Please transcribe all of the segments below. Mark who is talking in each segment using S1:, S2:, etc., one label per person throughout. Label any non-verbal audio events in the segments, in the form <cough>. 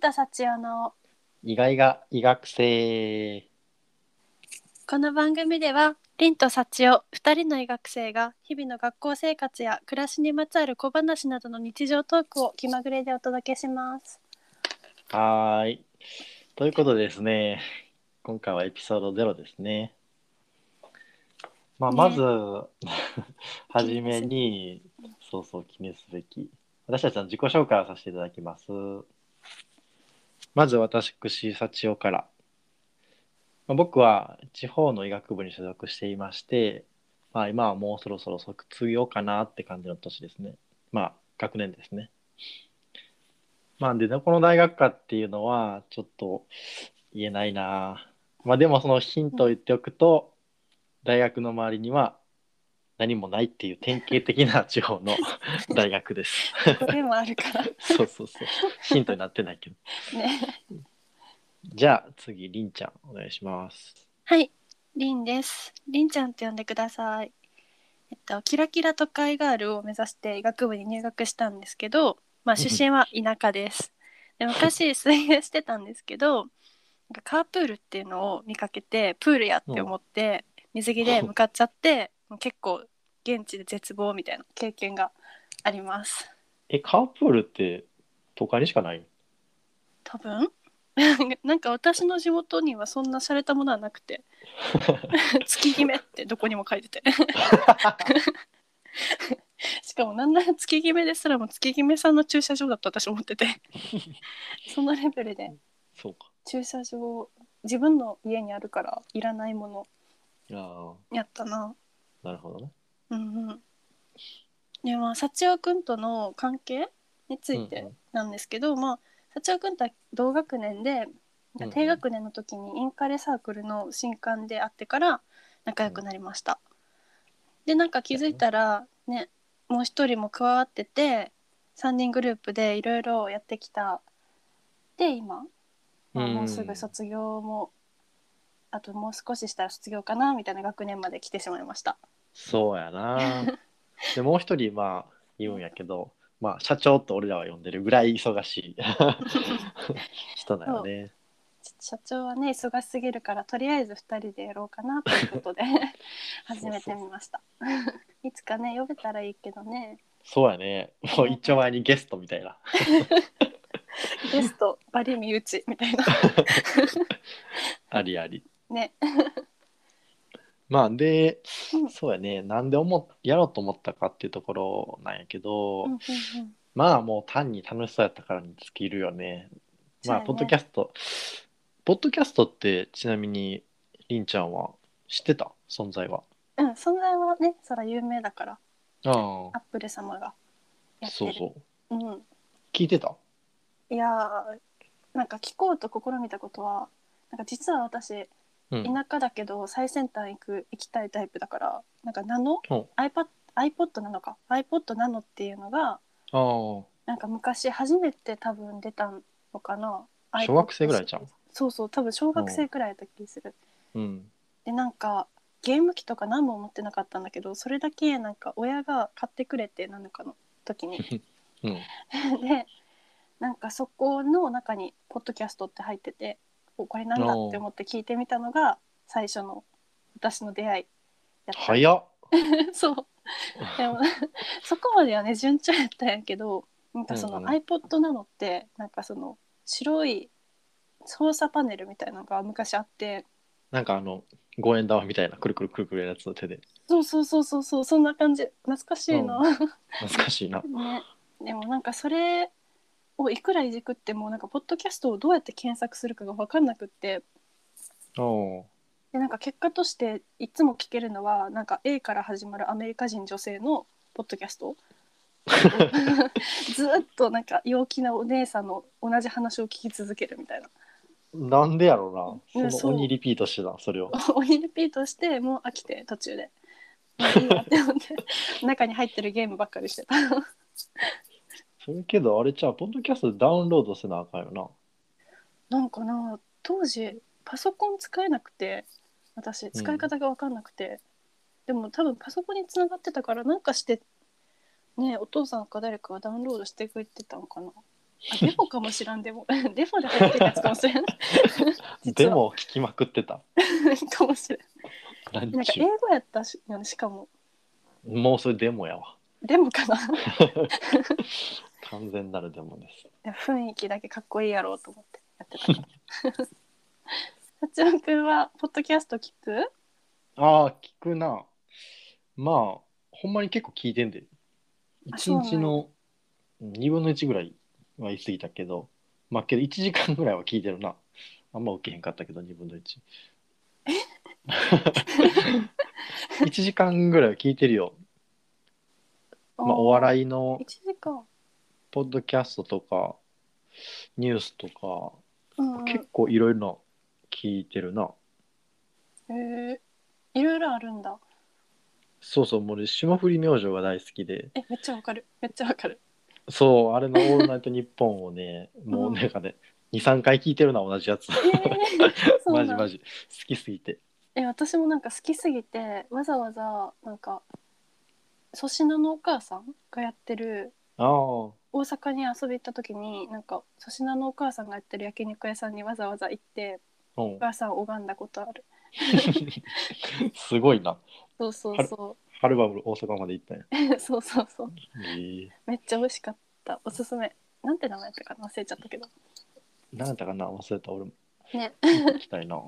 S1: 田幸男の
S2: 意外が医学生
S1: この番組では凛と幸男二人の医学生が日々の学校生活や暮らしにまつわる小話などの日常トークを気まぐれでお届けします
S2: はーいということでですね今回はエピソードゼロですねまあ
S1: ね
S2: まず、はじめにそうそう記念すべき私たちの自己紹介をさせていただきますまず私幸代から、まあ、僕は地方の医学部に所属していましてまあ今はもうそろそろ卒業かなって感じの年ですねまあ学年ですねまあでどこの大学かっていうのはちょっと言えないなまあでもそのヒントを言っておくと、大学の周りには何もないっていう典型的な地
S1: <laughs>
S2: 方の大学です。
S1: これもあるから
S2: そうそうそう。ヒントになってないけど。
S1: ね
S2: じゃあ次、りんちゃんお願いします。
S1: はい、りんです。りんちゃんと呼んでください。えっと、キラキラ都会ガールを目指して医学部に入学したんですけど、まあ、
S2: うんうん
S1: 出身は田舎です。で昔水泳してたんですけどなんかカープールっていうのを見かけてプールやって思って水着で向かっちゃってもう結構現地で絶望みたいな経験があります
S2: え、カープールって都会にしかない
S1: 多分 <laughs> なんか私の地元にはそんな洒落たものはなくて月決めってどこにも書いててしかもなんなら月決めですらも月決めさんの駐車場だと私思っててそのレベルで
S2: そうか。
S1: 駐車場自分の家にあるからいらないもの
S2: あ
S1: やったな
S2: あ、なるほどね。
S1: うんうんでまあ幸男くんとの関係につい
S2: うん
S1: て
S2: うん
S1: なんですけど、まあ幸男くんとは同学年で
S2: うんうん
S1: 低学年の時にインカレサークルの新刊で会ってから仲良くなりました、でなんか気づいたらねもう一人も加わってて3人グループでいろいろやってきたで今、まあ、
S2: うん
S1: もうすぐ卒業も、あともう少ししたら卒業かなみたいな学年まで来てしまいました
S2: そうや
S1: <laughs>
S2: な。で、もう一人、まあ、言うんやけど、まあ、社長と俺らは呼んでるぐらい忙
S1: <laughs>
S2: しい人だよね。
S1: ちょっと社長はね忙しすぎるからとりあえず2人でやろうかなという
S2: <laughs>
S1: ことで始めてみました。 <laughs> いつかね呼べたらいいけどね
S2: そうやね。もう一丁前にゲストみたいな。
S1: ゲストバリ身内みたい
S2: <laughs>
S1: な
S2: ありあり。
S1: ね
S2: まあで、
S1: うん
S2: そうやねなんで思っやろうと思ったかっていうところなんやけど、
S1: うんうんうん
S2: まあもう単に楽しそうやったからに尽きるよね。まあポッドキャ
S1: ス
S2: スト、ポッドキャストってちなみにりんちゃんは知ってた存在は。
S1: トうん存在はねそら有名だから
S2: あ
S1: アップル様が
S2: あ
S1: やって
S2: そう
S1: る
S2: そう
S1: うん
S2: 聞いてた
S1: いやーなんか聞こうと試みたことはなんか実は私
S2: うん
S1: 田舎だけど最先端行く行きたいタイプだからなんかナノ
S2: ほ
S1: iPad iPod なのか iPod ナノっていうのが
S2: ああ
S1: なんか昔初めて多分出たのかな
S2: 小学生ぐらいじゃ
S1: iPod
S2: ん
S1: そうそう多分小学生くらいだった気する
S2: うん
S1: でなんかゲーム機とか何も持ってなかったんだけどそれだけなんか親が買ってくれて何かの時
S2: <laughs>
S1: に
S2: うん
S1: でなんかそこの中にポッドキャストって入ってておこれなんだって思って聞いてみたのが最初の私の出会いやった
S2: 早っ
S1: <laughs> そうでも <laughs> そこまではね順調やったんやけどなんかそ
S2: うん
S1: の
S2: うん
S1: iPod なのってなんかその白い操作パネルみたいなのが昔あって
S2: なんかあの五円玉みたいなくるくるくるくるやつの手で
S1: そうそうそうそうそうそんな感じ懐かしいな、
S2: 懐かしいな
S1: ねでもなんかそれをいくらいじくってもなんかポッドキャストをどうやって検索するかが分かんなくって
S2: おう
S1: でなんか結果としていつも聞けるのはなんか A から始まるアメリカ人女性のポッドキャストずーっとなんか陽気なお姉さんの同じ話を聞き続けるみたいな
S2: なんでやろう
S1: う
S2: なんその鬼リピートしてたそれを
S1: 鬼リピートしてもう飽きて途中で。もういいやって思って中に入ってるゲームばっかりしてた
S2: それけどあれじゃあポッドキャストでダウンロードせなあかんよな
S1: なんかな当時パソコン使えなくて私使い方が分かんなくて、でも多分パソコンに繋がってたからなんかしてねお父さんか誰かがダウンロードしてくれてたのかなあ
S2: <laughs>
S1: デフォかもしらんでも <laughs> デフォで入ってるやつかもしれん実
S2: で
S1: は <laughs>
S2: も聞きまくってた。
S1: かもしれん
S2: 何
S1: なんか英
S2: 中
S1: 語やったしよねしかも
S2: もうそれデモやわ。
S1: でもかな <laughs> い
S2: 完全なるデモです。
S1: や雰囲気だけかっこいいやろうと思ってやってたから
S2: <laughs>
S1: <laughs> 幸男くんはポッドキャスト聞く
S2: ああ、聞くな。まあ、ほんまに結構聞いてんで。
S1: あそうなん
S2: 1
S1: や
S2: 日の2分の1ぐらいは言い過ぎたけど、まあけど1時間ぐらいは聞いてるな。あんま受けへんかったけど、2分の1。1時間ぐらいは聞いてるよ。まあ、お
S1: い
S2: 笑いの
S1: 1時間、
S2: ポッドキャストとか、ニュースとか、
S1: うんうん、
S2: 結構いろいろな聞いてるな。
S1: えー、いろいろあるんだ
S2: そうそう、もう俺霜降り明星が大好きで、
S1: えめっちゃわかるめっちゃわかる
S2: そう、あ
S1: <laughs>
S2: れの「オールナイトニッポン」をね、もうなんかね、2、3回聞いてるな、同じやつ。
S1: えー <laughs> そうな
S2: マ
S1: ん
S2: ジ
S1: だ
S2: マジ。好きすぎて。
S1: え私もなんか好きすぎてわざわざなんか粗品のお母さんがやってる
S2: ああ、
S1: 大阪に遊び行った時になんか粗品のお母さんがやってる焼肉屋さんにわざわざ行って
S2: うん
S1: お、母さんを拝んだことある
S2: <laughs> すごいな。
S1: そうそうそ
S2: はるばる大阪まで行ったんや。
S1: う <laughs> そうそうそう
S2: ええ
S1: めっちゃ美味しかったおすすめなんて名前やったかな忘れちゃったけど
S2: なんだったかな、忘れた、俺も。
S1: ね
S2: 行きたいな。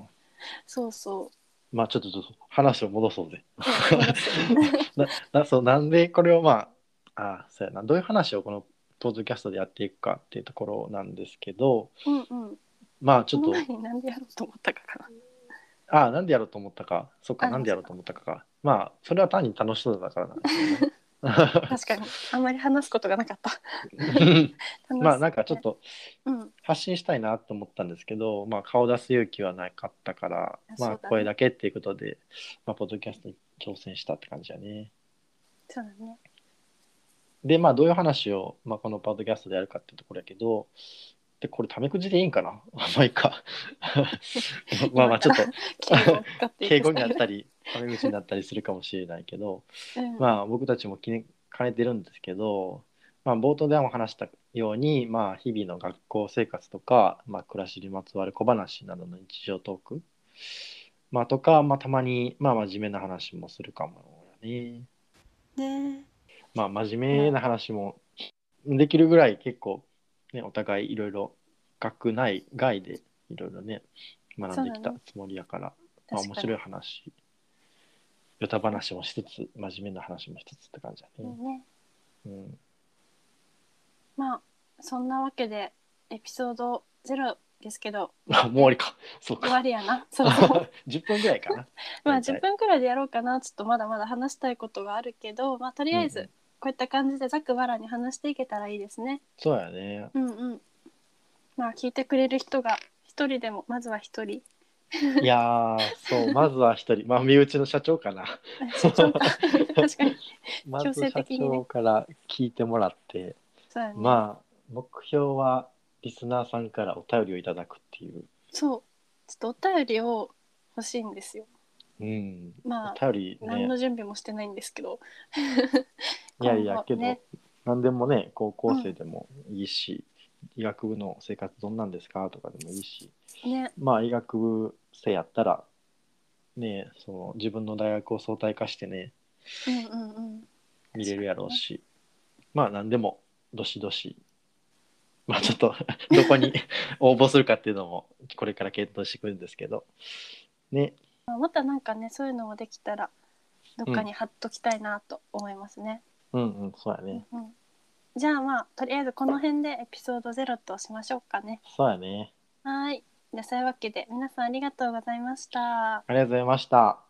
S1: そうそ
S2: まあちょっとちょっと話を戻そうぜ。 <laughs>
S1: うねそうですよね
S2: な <laughs> なそうなんでこれをまあああそうやなどういう話をこのポッドキャストでやっていくかっていうところなんですけど <laughs>
S1: うんうん
S2: まあち
S1: そ
S2: ょっ
S1: の
S2: と
S1: 前になんでやろうと思ったかか
S2: ああなんでやろうと思ったかそっか
S1: あ
S2: なんでやろうと思ったかかまあそれは単に楽しそうだからなんですよね
S1: な確かにあんまり話すことがなかった楽し
S2: <laughs> まあなんかちょっと
S1: そうねうん
S2: 発信したいなと思ったんですけど、まあ、顔出す勇気はなかったから、
S1: そう
S2: ま
S1: だ
S2: あ
S1: ね
S2: 声だけっていうことで、まあ、ポッドキャストに挑戦したって感じだね。
S1: そうだね
S2: で、まあ、どういう話を、まあ、このパッドキャストでやるかっていうところやけど、で、これ、タメ口でいいんかな <laughs> あまあいいか。まあまあ、ちょっと、
S1: 敬語を使っていく
S2: <laughs> 敬語になったり、タメ口になったりするかもしれないけど、
S1: うん
S2: まあ、僕たちも気に兼ねてるんですけど、まあ、冒頭でも話したように、まあ、日々の学校生活とか、まあ、暮らしにまつわる小話などの日常トーク、まあ、とか、まあ、たまに、まあ、真面目な話もするかもね。
S1: ね
S2: まあ真面目な話もできるぐらい結構ねお互いいろいろ学内外でいろいろね学んできたつもりやから、まあ、
S1: 確か
S2: 面
S1: に
S2: 白い話ヨタ話もしつつ真面目な話もしつつって感じだね。
S1: ね
S2: うん、
S1: まあそんなわけでエピソードゼロですけど
S2: あもう終わりかそう
S1: 終
S2: か
S1: わりやな
S2: <laughs>
S1: そうそう
S2: 10分ぐらいかな。
S1: まあ
S2: 大体
S1: 10分くらいでやろうかなちょっとまだまだ話したいことがあるけどまあとりあえ
S2: うんう
S1: ず
S2: ん
S1: こういった感じでざくばらに話していけたらいいですね
S2: そうやね
S1: うんうんまあ聞いてくれる人が一人でもまずは一
S2: <laughs>
S1: 人
S2: いやーそうまずは一人まあ身内の社長かな。
S1: 社長か <laughs> 確かに
S2: ま
S1: 強
S2: ず
S1: 制
S2: 社
S1: 的にね
S2: 長から聞いてもらって。
S1: そうやね、
S2: まあ目標はリスナーさんからお便りをいただくっていう、
S1: そうちょっとお便りを欲しいんですよ
S2: うん、
S1: まあ
S2: お便り
S1: 何
S2: ね
S1: の準備もしてないんですけど
S2: いやいや
S1: 今
S2: け
S1: 後
S2: ど、
S1: ね
S2: 何でもね高校生でもいいし、医学部の生活どんなんですかとかでもいいし
S1: ね
S2: まあ医学部生やったらねその自分の大学を相対化してね
S1: うんうんうん
S2: 見れるやろうし、まあ何でもどしどしまあちょっと <laughs> どこに応募するかっていうのもこれから検討してくるんですけどね
S1: まあまたなんかねそういうのもできたらどっかに貼っときたいなと思いますね。
S2: うんうんそうやね、
S1: うんじゃあまあとりあえずこの辺でエピソード0としましょうかね。
S2: そうやね。
S1: はーい。じゃあそういうわけで皆さんありがとうございました。
S2: ありがとうございました。